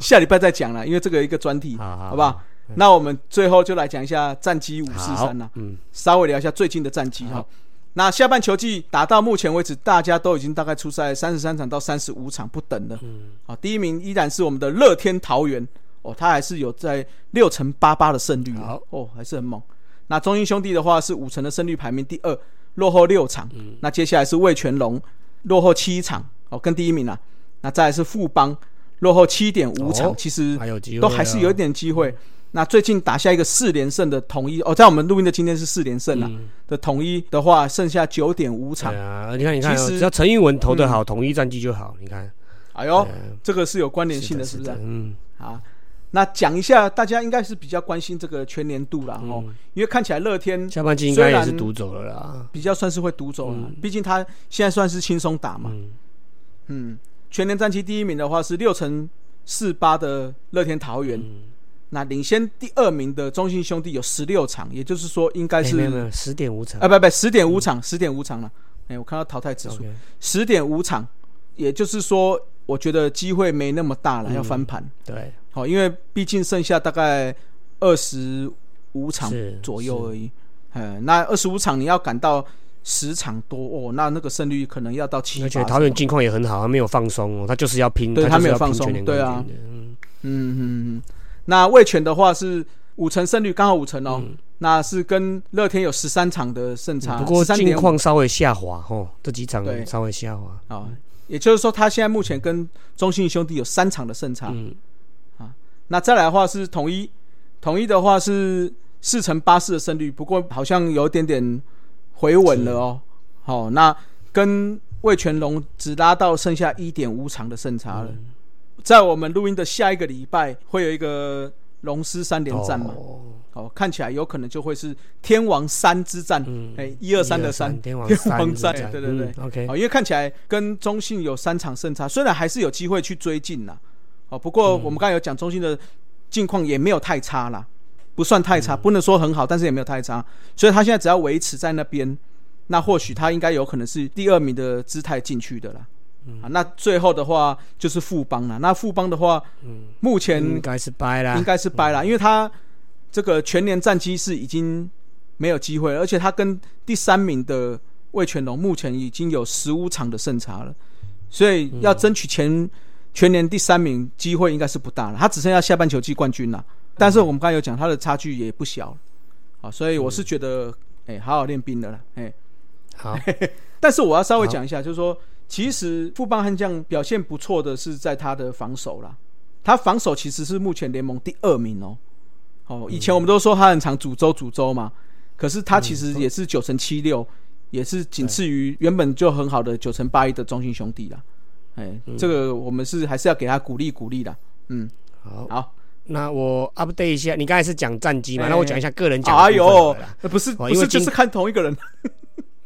Speaker 1: 下礼拜再讲了，因为这个一个专题。
Speaker 2: 好好
Speaker 1: 好不好？那我们最后就来讲一下战绩五四
Speaker 2: 好
Speaker 1: 三啊啦，，
Speaker 2: 嗯，
Speaker 1: 稍微聊一下最近的战绩哈
Speaker 2: 好。
Speaker 1: 那下半球季打到目前为止，大家都已经大概出赛三十三场到三十五场不等了。
Speaker 2: 嗯
Speaker 1: 好，第一名依然是我们的乐天桃园哦，他还是有在六成八八的胜率啊
Speaker 2: 好
Speaker 1: 哦，还是很猛。那中英兄弟的话是五成的胜率排名第二，落后六场。
Speaker 2: 嗯
Speaker 1: 那接下来是魏全龙，落后七场哦，跟第一名啊。那再来是富邦，落后七点五场，
Speaker 2: 哦
Speaker 1: 其实
Speaker 2: 还有机会啊，
Speaker 1: 嗯都还是有一点机会。那最近打下一个四连胜的统一哦，在我们录音的今天是四连胜了、啊
Speaker 2: 嗯
Speaker 1: 的统一的话，剩下九点五场
Speaker 2: 对。啊，你看，你看哦，
Speaker 1: 其实嗯
Speaker 2: 只要陈玉文投的好，统一战绩就好。你看，
Speaker 1: 哎呦，
Speaker 2: 嗯
Speaker 1: 这个是有关联性的，是不是？
Speaker 2: 嗯，
Speaker 1: 啊，那讲一下，大家应该是比较关心这个全年度啦，哦，
Speaker 2: 嗯
Speaker 1: 因为看起来乐天
Speaker 2: 下半季应该也是独走了啦。
Speaker 1: 比较算是会独走了
Speaker 2: 嗯，
Speaker 1: 毕、竟他现在算是轻松打嘛，
Speaker 2: 嗯，
Speaker 1: 嗯全年战绩第一名的话是六乘四八的乐天桃园、
Speaker 2: 嗯
Speaker 1: 那领先第二名的中信兄弟有十六场，也就是说应该
Speaker 2: 哎
Speaker 1: 是、
Speaker 2: 没有没有十点五场
Speaker 1: 啊，不不，十点五场，十点五场了。哎、我看到淘汰指数
Speaker 2: OK
Speaker 1: 十点五场，也就是说，我觉得机会没那么大了，
Speaker 2: 嗯
Speaker 1: 要翻盘。
Speaker 2: 对，
Speaker 1: 好，因为毕竟剩下大概二十五场
Speaker 2: 是
Speaker 1: 左右而已。嗯，那二十五场你要赶到十场多哦，那那个胜率可能要到七。
Speaker 2: 而且桃园近况也很好，他没有放松哦，他就是要拼，
Speaker 1: 对
Speaker 2: 他
Speaker 1: 没有
Speaker 2: 放
Speaker 1: 放
Speaker 2: 松
Speaker 1: 松，对啊，嗯嗯嗯，那魏权的话是五成胜率，刚好五成哦，那是跟乐天有十三场的胜差，
Speaker 2: 嗯不过
Speaker 1: 三
Speaker 2: 近
Speaker 1: 点
Speaker 2: 况稍微下滑哦，这几场
Speaker 1: 对
Speaker 2: 稍微下滑。
Speaker 1: 啊，也就是说他现在目前跟中信兄弟有三场的胜差，
Speaker 2: 嗯，
Speaker 1: 那再来的话是统一，统一的话是四乘八四的胜率，不过好像有点点回稳了哦。好、那跟魏全龙只拉到剩下一点五场的胜差了。
Speaker 2: 嗯
Speaker 1: 在我们录音的下一个礼拜，会有一个龙狮三连战嘛？
Speaker 2: 哦
Speaker 1: 哦，看起来有可能就会是天王山之战，哎、一二三的三。
Speaker 2: 天王
Speaker 1: 天王
Speaker 2: 嗯三之
Speaker 1: 山
Speaker 2: 战，
Speaker 1: 对对对
Speaker 2: 嗯，OK，
Speaker 1: 哦，因为看起来跟中信有三场胜差，虽然还是有机会去追进啦。哦，不过我们刚才有讲中信的近况也没有太差啦，不算太差，不能说很好，但是也没有太差。所以他现在只要维持在那边，那或许他应该有可能是第二名的姿态进去的啦。啊，那最后的话就是富邦啦。那富邦的话，目前
Speaker 2: 应嗯该是掰啦，
Speaker 1: 应该是掰了，因为他这个全年战绩是已经没有机会了，而且他跟第三名的魏全龙目前已经有十五场的胜差了，所以要争取前全年第三名机会应该是不大了，他只剩下下半球季冠军了。但是我们刚才有讲，他的差距也不小啊，所以我是觉得，哎、好好练兵的啦，哎、
Speaker 2: 好，
Speaker 1: 但是我要稍微讲一下，就是说，其实富邦悍将表现不错的是在他的防守啦，他防守其实是目前联盟第二名哦。
Speaker 2: 嗯
Speaker 1: 哦，以前我们都说他很常主州主州嘛，可是他其实
Speaker 2: 嗯
Speaker 1: 也是九成七六，也是仅次于原本就很好的九成八一的中信兄弟啦。哎，
Speaker 2: 嗯
Speaker 1: 这个我们是还是要给他鼓励鼓励啦。嗯，
Speaker 2: 好，
Speaker 1: 好，
Speaker 2: 那我 update 一下，你刚才是讲战绩嘛，
Speaker 1: 哎
Speaker 2: 那我讲一下个人奖。
Speaker 1: 哎呦，呃不是
Speaker 2: 哦
Speaker 1: 不
Speaker 2: 因为
Speaker 1: 是，就
Speaker 2: 今
Speaker 1: 是看同一个人。哦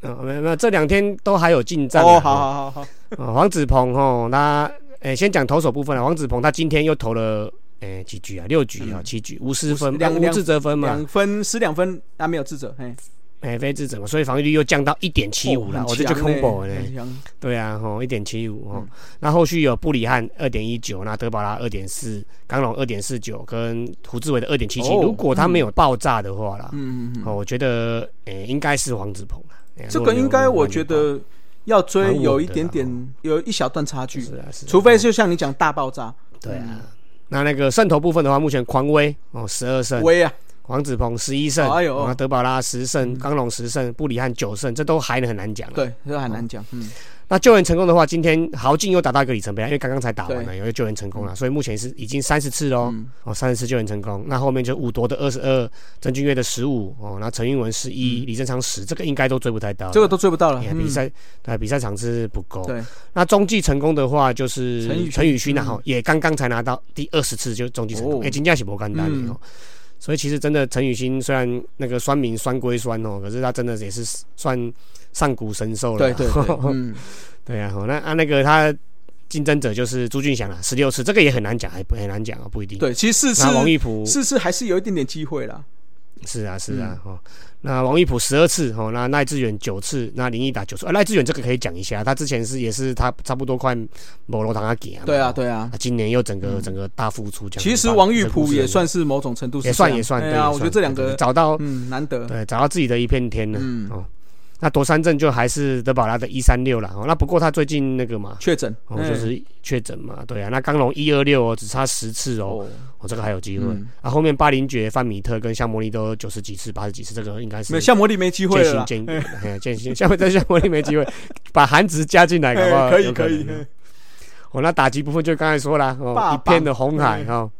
Speaker 2: 嗯，没有没有，这两天都还有进战啊。
Speaker 1: 哦，好好好好，
Speaker 2: 哦，黄子鹏哦，他诶、先讲投手部分了。黄子鹏他今天又投了诶、几局啊？六局啊，七局，无失分，
Speaker 1: 嗯两
Speaker 2: 无
Speaker 1: 两
Speaker 2: 自责分嘛，
Speaker 1: 两分失两分，那没有智者，嘿，
Speaker 2: 诶、非自责嘛，所以防御率又降到一点七五了，
Speaker 1: 哦
Speaker 2: 我这就
Speaker 1: 很强嗯呢
Speaker 2: combo 了呢。
Speaker 1: 很强
Speaker 2: 对啊，吼一点七五哦，那后续有布里汉二点一九，那德保拉二点四，港龙二点四九，跟胡志伟的二点七七。
Speaker 1: 哦
Speaker 2: 如果他没有爆炸的话啦，
Speaker 1: 嗯嗯嗯。
Speaker 2: 哦，我觉得诶、应该是黄子鹏啦。诶
Speaker 1: 这个应该我觉，得要
Speaker 2: 蛮
Speaker 1: 追
Speaker 2: 稳
Speaker 1: 有一
Speaker 2: 的
Speaker 1: 点
Speaker 2: 啦
Speaker 1: 点，有一小段差距
Speaker 2: 如果没有办法是，啊是啊
Speaker 1: 除非就像你讲大爆炸，
Speaker 2: 对
Speaker 1: 嗯
Speaker 2: 啊。那那个胜投部分的话，目前狂威哦十二胜，
Speaker 1: 威啊，
Speaker 2: 黄子鹏十一胜，哦
Speaker 1: 哎呦嗯
Speaker 2: 然后德保拉十胜，刚龙十胜，布里汉九胜，这都还很难讲、啊。，
Speaker 1: 对，这很难讲，嗯，
Speaker 2: 那救援成功的话，今天豪进又达到一个里程碑啊，因为刚刚才打完了，
Speaker 1: 对
Speaker 2: 有一个救援成功了，啊所以目前是已经三十次喽，
Speaker 1: 嗯
Speaker 2: 哦，三十次救援成功。那后面就武夺的二十二，曾俊岳的十五，哦，然后陈韵文十一，李正昌十，这个应该都追不太到。
Speaker 1: 嗯这个都追不到了，
Speaker 2: 也
Speaker 1: 嗯
Speaker 2: 比赛，对比赛场次不够。
Speaker 1: 对，
Speaker 2: 那中继成功的话，就是
Speaker 1: 陈宇勋嗯
Speaker 2: 陈宇勋啊，哈、也刚刚才拿到第二十次就中继成
Speaker 1: 哦
Speaker 2: 功，哎、金价是不简单的
Speaker 1: 嗯
Speaker 2: 哦。所以其实真的陈宇勋虽然那个酸民酸归酸哦，可是他真的也是算上古神兽了
Speaker 1: 对
Speaker 2: 啦。
Speaker 1: 对 对，嗯，
Speaker 2: 对啊，吼那啊那个他竞争者就是朱俊祥啊，十六次，这个也很难讲，还不很难讲啊，不一定。，
Speaker 1: 对，其实四
Speaker 2: 那王
Speaker 1: 次
Speaker 2: 玉璞
Speaker 1: 四次还是有一点点机会啦，
Speaker 2: 是啊，是
Speaker 1: 嗯
Speaker 2: 啊，哦，那王玉普十二次，哦，那赖志远九次，那林毅达九次，啊，赖志远这个可以讲一下，他之前是也是他差不多快某楼堂阿给啊，
Speaker 1: 对啊，，对啊
Speaker 2: 啊，，今年又整个、整个大复出这样子，
Speaker 1: 其实
Speaker 2: 把
Speaker 1: 王玉
Speaker 2: 这个故
Speaker 1: 璞
Speaker 2: 事
Speaker 1: 也
Speaker 2: 很
Speaker 1: 算是某种程度是
Speaker 2: 也算
Speaker 1: 这样
Speaker 2: 也算，
Speaker 1: 哎
Speaker 2: 对，
Speaker 1: 呀，
Speaker 2: 也
Speaker 1: 我觉
Speaker 2: 算
Speaker 1: 得这两
Speaker 2: 对对
Speaker 1: 个，
Speaker 2: 找到
Speaker 1: 嗯，难得，
Speaker 2: 对找到自己的一片天了，
Speaker 1: 嗯
Speaker 2: 哦，那夺三阵就还是德保拉的一三六了，哦，那不过他最近那个嘛。
Speaker 1: 确诊，
Speaker 2: 哦，
Speaker 1: 哎
Speaker 2: 就是确诊嘛，对啊，那刚龙一二六哦，只差十次哦，
Speaker 1: 哦，
Speaker 2: 哦，这个还有机会。
Speaker 1: 嗯
Speaker 2: 啊，后面巴林爵、范米特跟夏莫利都九十几次、八十几次，这个应该是
Speaker 1: 没有，夏魔力没机会
Speaker 2: 渐
Speaker 1: 了啦
Speaker 2: 行，渐 远，哎渐行。下面在夏莫利没机会，把韩值加进来，搞不
Speaker 1: 哎
Speaker 2: 好
Speaker 1: 可
Speaker 2: 有
Speaker 1: 以可
Speaker 2: 能
Speaker 1: 以，
Speaker 2: 哦
Speaker 1: 哎
Speaker 2: 哦，那打击部分就刚才说啦，
Speaker 1: 霸
Speaker 2: 哦，
Speaker 1: 榜
Speaker 2: 一片的红海哈、哦，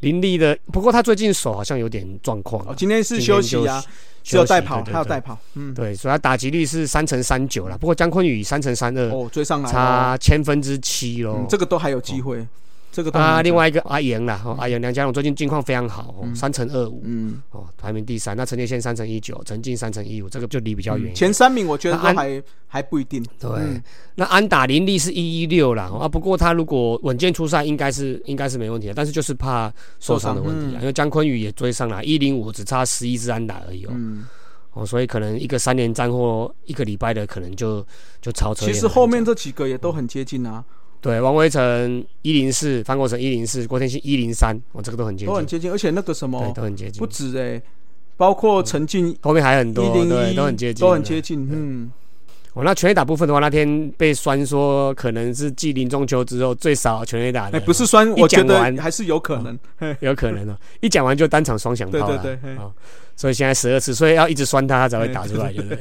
Speaker 2: 林立的，不过他最近手好像有点状况啊、
Speaker 1: 哦，今天是休息啊，只有代跑，还有代
Speaker 2: 跑，
Speaker 1: 跑，嗯，
Speaker 2: 对，所以他打击率是三乘三九啦，不过江坤宇三乘三二，
Speaker 1: 哦，追上来了，
Speaker 2: 差千分之七喽
Speaker 1: 嗯，。这个都还有机会，这个都还
Speaker 2: 啊，
Speaker 1: 有机
Speaker 2: 另
Speaker 1: 会，
Speaker 2: 外一个阿莹啦，哦，阿莹梁家龙最近境况非常好，哦，三乘二五，
Speaker 1: 嗯，
Speaker 2: 哦，排名第三。那陈建宪三乘一九，陈静三乘一五，这个就离比较远一点。
Speaker 1: 前三名我觉得
Speaker 2: 那
Speaker 1: 都
Speaker 2: 安
Speaker 1: 还还不一定，
Speaker 2: 对，
Speaker 1: 嗯
Speaker 2: 那安打林立是一一六啦，哦啊，不过他如果稳健出赛，应该是应该是没问题的，但是就是怕受伤的问题
Speaker 1: 受
Speaker 2: 啊，
Speaker 1: 伤嗯
Speaker 2: 因为江坤宇也追上来，一零五只差十一支安打而已哦，
Speaker 1: 嗯，
Speaker 2: 哦，所以可能一个三连战或一个礼拜的可能就就超车也
Speaker 1: 其
Speaker 2: 很难讲。
Speaker 1: 实后面这几个也都很接近啊，
Speaker 2: 对王威成一零四，范国成一零四，郭天信一零三，哦，这个都很接
Speaker 1: 都很哦接
Speaker 2: 近，
Speaker 1: 近，而且那个什
Speaker 2: 对，
Speaker 1: 么
Speaker 2: 都很接近
Speaker 1: 不。止哎，包括陈进
Speaker 2: 后面还很多，
Speaker 1: 一零
Speaker 2: 对，
Speaker 1: 一
Speaker 2: 都很接近，
Speaker 1: 都很接近。嗯，
Speaker 2: 哦，那全垒打部分的话，那天被酸说可能是继林中秋之后最少全垒打的，
Speaker 1: 哎，不是酸，
Speaker 2: 一
Speaker 1: 我觉
Speaker 2: 讲
Speaker 1: 得
Speaker 2: 完
Speaker 1: 还是有可能。
Speaker 2: 有可能哦。一讲完就单场双响炮
Speaker 1: 对
Speaker 2: 了，
Speaker 1: 对对嘿
Speaker 2: 哦，所以现在十二次，所以要一直酸他，他才会打出 来，
Speaker 1: 哎
Speaker 2: 对不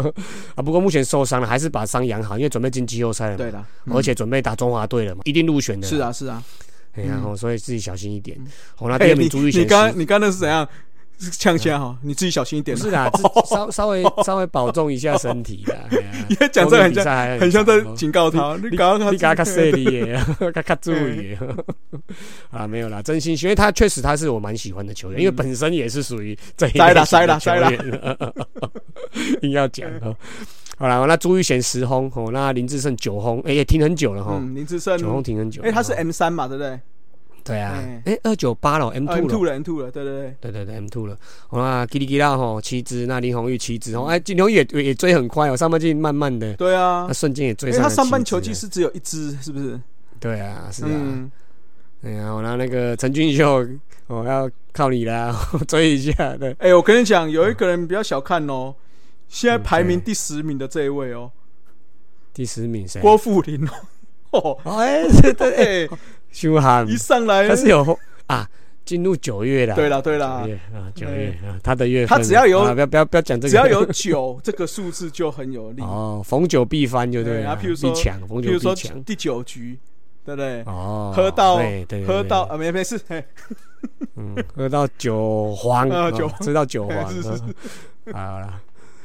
Speaker 2: 对？ 啊，不过目前受伤了，还是把伤养好，因为准备进季后赛了嘛，
Speaker 1: 对啦，嗯
Speaker 2: 而且准备打中华队了嘛，一定入选的。
Speaker 1: 是，啊是啊。
Speaker 2: 哎呀，
Speaker 1: 嗯
Speaker 2: 哦所以自己小心一点
Speaker 1: 嗯。
Speaker 2: 哦，那第
Speaker 1: 哎，
Speaker 2: 二
Speaker 1: 你
Speaker 2: 名朱玉贤
Speaker 1: 你
Speaker 2: 是，
Speaker 1: 刚你刚那是怎样？是呛虾哈，你自己小心一
Speaker 2: 不
Speaker 1: 点啊。
Speaker 2: 是啦，自稍稍 微稍微保重一下身体啦。哎呀
Speaker 1: 因为讲这个很
Speaker 2: 后面比
Speaker 1: 像
Speaker 2: 赛还很
Speaker 1: 很像在
Speaker 2: 长哦
Speaker 1: 警告他，你刚刚
Speaker 2: 你给他卡塞
Speaker 1: 对
Speaker 2: 里耶， 卡卡注意 啊，没有啦，真心，因为他确实他是我蛮喜欢的球员，因为
Speaker 1: 嗯
Speaker 2: 本身也是属于这一
Speaker 1: 栽啦
Speaker 2: 类型
Speaker 1: 栽啦
Speaker 2: 的球
Speaker 1: 栽啦
Speaker 2: 员， 硬要讲哦。好啦，那朱玉贤十轰哦，那林志胜九轰，哎、也停很久了哈，
Speaker 1: 嗯，林志胜，
Speaker 2: 九轰停很久。哦
Speaker 1: 哎，他是 M 三嘛，对不对
Speaker 2: 对啊
Speaker 1: 哎，
Speaker 2: 哎二九八了，M
Speaker 1: 哦？M
Speaker 2: two 了
Speaker 1: two。了，M two 了，对对对。
Speaker 2: 对对对，M two 了，好啦，叽里叽啦吼，七支，那林红玉七支哦，哎，林红玉也也也追很快哦，上半季慢慢的，
Speaker 1: 对啊
Speaker 2: 那，瞬间也追
Speaker 1: 因为
Speaker 2: 上
Speaker 1: 他
Speaker 2: 了七支了。
Speaker 1: 上半球季是只有一支，是不是？
Speaker 2: 对啊，是啊，
Speaker 1: 嗯，
Speaker 2: 哎呀，我拿那个陈俊秀，我要靠你啦，追一下对，
Speaker 1: 哎、我跟你讲，有一个人比较小看哦，
Speaker 2: 嗯
Speaker 1: 现在排名第十名的这一位哦，
Speaker 2: 第十名谁？
Speaker 1: 郭富林哦，
Speaker 2: 哦，哎，这这哎，
Speaker 1: 哎、
Speaker 2: 修涵
Speaker 1: 一，上来
Speaker 2: 他是有啊，进入九月啦。
Speaker 1: 对
Speaker 2: 了
Speaker 1: 啦对啦
Speaker 2: 九，月啊，九月啊，他的月份，
Speaker 1: 他只要有
Speaker 2: 啊不要不要不要讲这个，
Speaker 1: 只要有九这个数字就很有力，
Speaker 2: 哦，逢九必翻就对
Speaker 1: 对
Speaker 2: 了，
Speaker 1: 啊譬如说
Speaker 2: 必抢，逢
Speaker 1: 比如
Speaker 2: 九
Speaker 1: 说
Speaker 2: 必抢，
Speaker 1: 第九局，对不对？
Speaker 2: 哦，
Speaker 1: 喝到
Speaker 2: 对对对
Speaker 1: 喝到
Speaker 2: 对
Speaker 1: 啊，没没事，嘿
Speaker 2: 嗯，喝到酒黄，
Speaker 1: 啊
Speaker 2: 啊
Speaker 1: 酒
Speaker 2: 吃到酒黄，
Speaker 1: 是是是
Speaker 2: 啊好啦，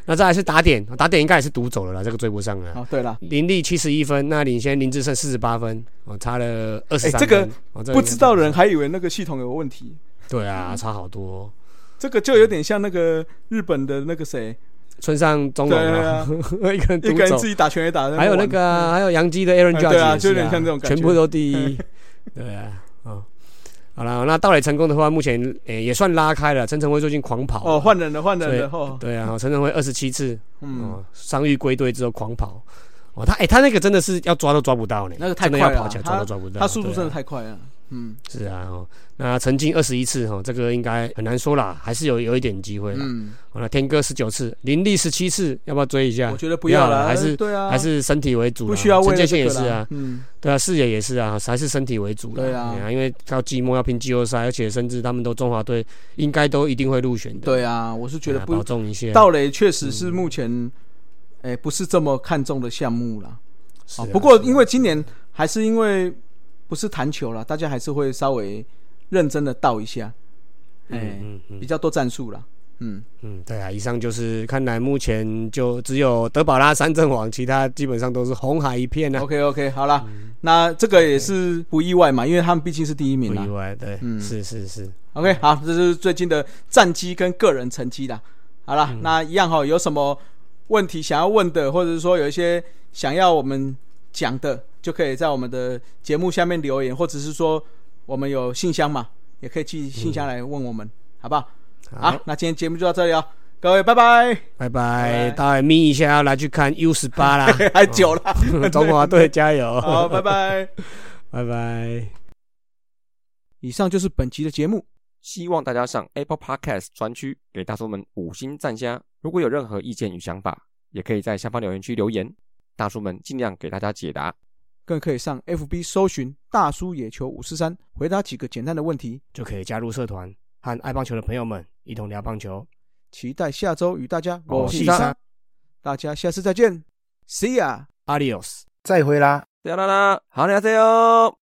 Speaker 2: 那再来是打点，打点应该也是独走了啦，这个追不上了。
Speaker 1: 好，对啦，
Speaker 2: 林立七十一分，那领先林志胜四十八分，哦，差了二十
Speaker 1: 哎
Speaker 2: 三
Speaker 1: 这个
Speaker 2: 分。哦这个
Speaker 1: 不知道的人还以为那个系统有问题，
Speaker 2: 对啊，差好多。
Speaker 1: 这个就有点像那个日本的那个谁，
Speaker 2: 村上中龙
Speaker 1: 对
Speaker 2: 啊，
Speaker 1: 啊，
Speaker 2: 一个人
Speaker 1: 一
Speaker 2: 独
Speaker 1: 个人
Speaker 2: 走
Speaker 1: 自，己打拳也打，
Speaker 2: 还有那个啊还有杨基的 Aaron
Speaker 1: 哎
Speaker 2: Judge，
Speaker 1: 对啊
Speaker 2: 也是
Speaker 1: 就有点像这种感觉
Speaker 2: 全部都第 一。对啊，哦，好了，那盗垒成功的话，目前诶也算拉开了。陈晨辉最近狂跑
Speaker 1: 哦，换人了，换人
Speaker 2: 所以
Speaker 1: 了，哦，
Speaker 2: 对啊，陈晨辉二十七次，
Speaker 1: 嗯
Speaker 2: 哦，，伤愈归队之后狂跑。哦，他哎、他那个真的是要抓都抓不到呢，
Speaker 1: 那个太
Speaker 2: 真的
Speaker 1: 快
Speaker 2: 要
Speaker 1: 了啊
Speaker 2: 跑起来
Speaker 1: 他
Speaker 2: 抓都抓不到，
Speaker 1: 他速度
Speaker 2: 对啊
Speaker 1: 真的太快了，嗯
Speaker 2: 是啊，哦，那曾经二十一次哦，这个应该很难说啦，还是有有一点机会啦。
Speaker 1: 嗯，
Speaker 2: 好、那天哥十九次，林立十七次，要不要追一下
Speaker 1: 我？觉得不
Speaker 2: 不要
Speaker 1: 要
Speaker 2: 了
Speaker 1: 了，
Speaker 2: 还是
Speaker 1: 对啊，
Speaker 2: 还是身体为主啦，
Speaker 1: 不需要为
Speaker 2: 陈
Speaker 1: 了
Speaker 2: 建
Speaker 1: 这
Speaker 2: 勋
Speaker 1: 个
Speaker 2: 也是
Speaker 1: 啦
Speaker 2: 啊，，
Speaker 1: 嗯，
Speaker 2: 对啊，视野也是啊，还是身体为主啦
Speaker 1: 对啊
Speaker 2: 哎呀因为到季末要拼季后赛，而且甚至他们都中华队应该都一定会入选的，
Speaker 1: 对啊，我是觉得
Speaker 2: 哎呀
Speaker 1: 不
Speaker 2: 保，重一些，
Speaker 1: 盗垒确
Speaker 2: 嗯
Speaker 1: 实是目前，哎，不是这么看重的项目啦。
Speaker 2: 是
Speaker 1: 哦
Speaker 2: 啊
Speaker 1: 不过
Speaker 2: 是啊
Speaker 1: 因为今年还是因为不是弹球啦，大家还是会稍微认真的倒一下，哎，
Speaker 2: 嗯嗯
Speaker 1: 比较多战术啦，嗯，
Speaker 2: 嗯，对啊，以上就是看来目前就只有德保拉三阵亡，其他基本上都是红海一片啊，
Speaker 1: OK OK，好啦，那这个也是不意外嘛，因为他们毕竟是第一名
Speaker 2: 不
Speaker 1: 啦
Speaker 2: 意。外，对，
Speaker 1: 嗯
Speaker 2: 是是是，
Speaker 1: OK，好，这就是最近的战绩跟个人成绩啦。好啦，
Speaker 2: 嗯
Speaker 1: 那一样哈，有什么问题想要问的，或者是说有一些想要我们讲的，就可以在我们的节目下面留言，或者是说我们有信箱嘛，也可以寄信箱来问我们，好不好？
Speaker 2: 嗯好
Speaker 1: 好，，那今天节目就到这里哦，各位拜 拜。
Speaker 2: 拜
Speaker 1: 拜
Speaker 2: 拜，大家眯一下，要来去看 U 十八啦，
Speaker 1: 还久了，
Speaker 2: 中华队加油，
Speaker 1: 好，拜，
Speaker 2: 啊
Speaker 1: 拜。
Speaker 2: 拜拜。
Speaker 1: 以上就是本集的节目。
Speaker 3: 希望大家上 Apple Podcast 专区给大叔们五星赞加。如果有任何意见与想法，也可以在下方留言区留言，大叔们尽量给大家解答。
Speaker 1: 更可以上 FB 搜寻“大叔野球五四三”，回答几个简单的问题。
Speaker 2: 就可以加入社团，和爱棒球的朋友们一同聊棒球。
Speaker 1: 期待下周与大家
Speaker 3: 我
Speaker 1: 我
Speaker 3: 是
Speaker 1: 是
Speaker 3: 三
Speaker 1: 三，大家下次再见，See ya。
Speaker 2: Adios。
Speaker 4: 再会啦。
Speaker 3: 啦啦啦，好，你好，加油！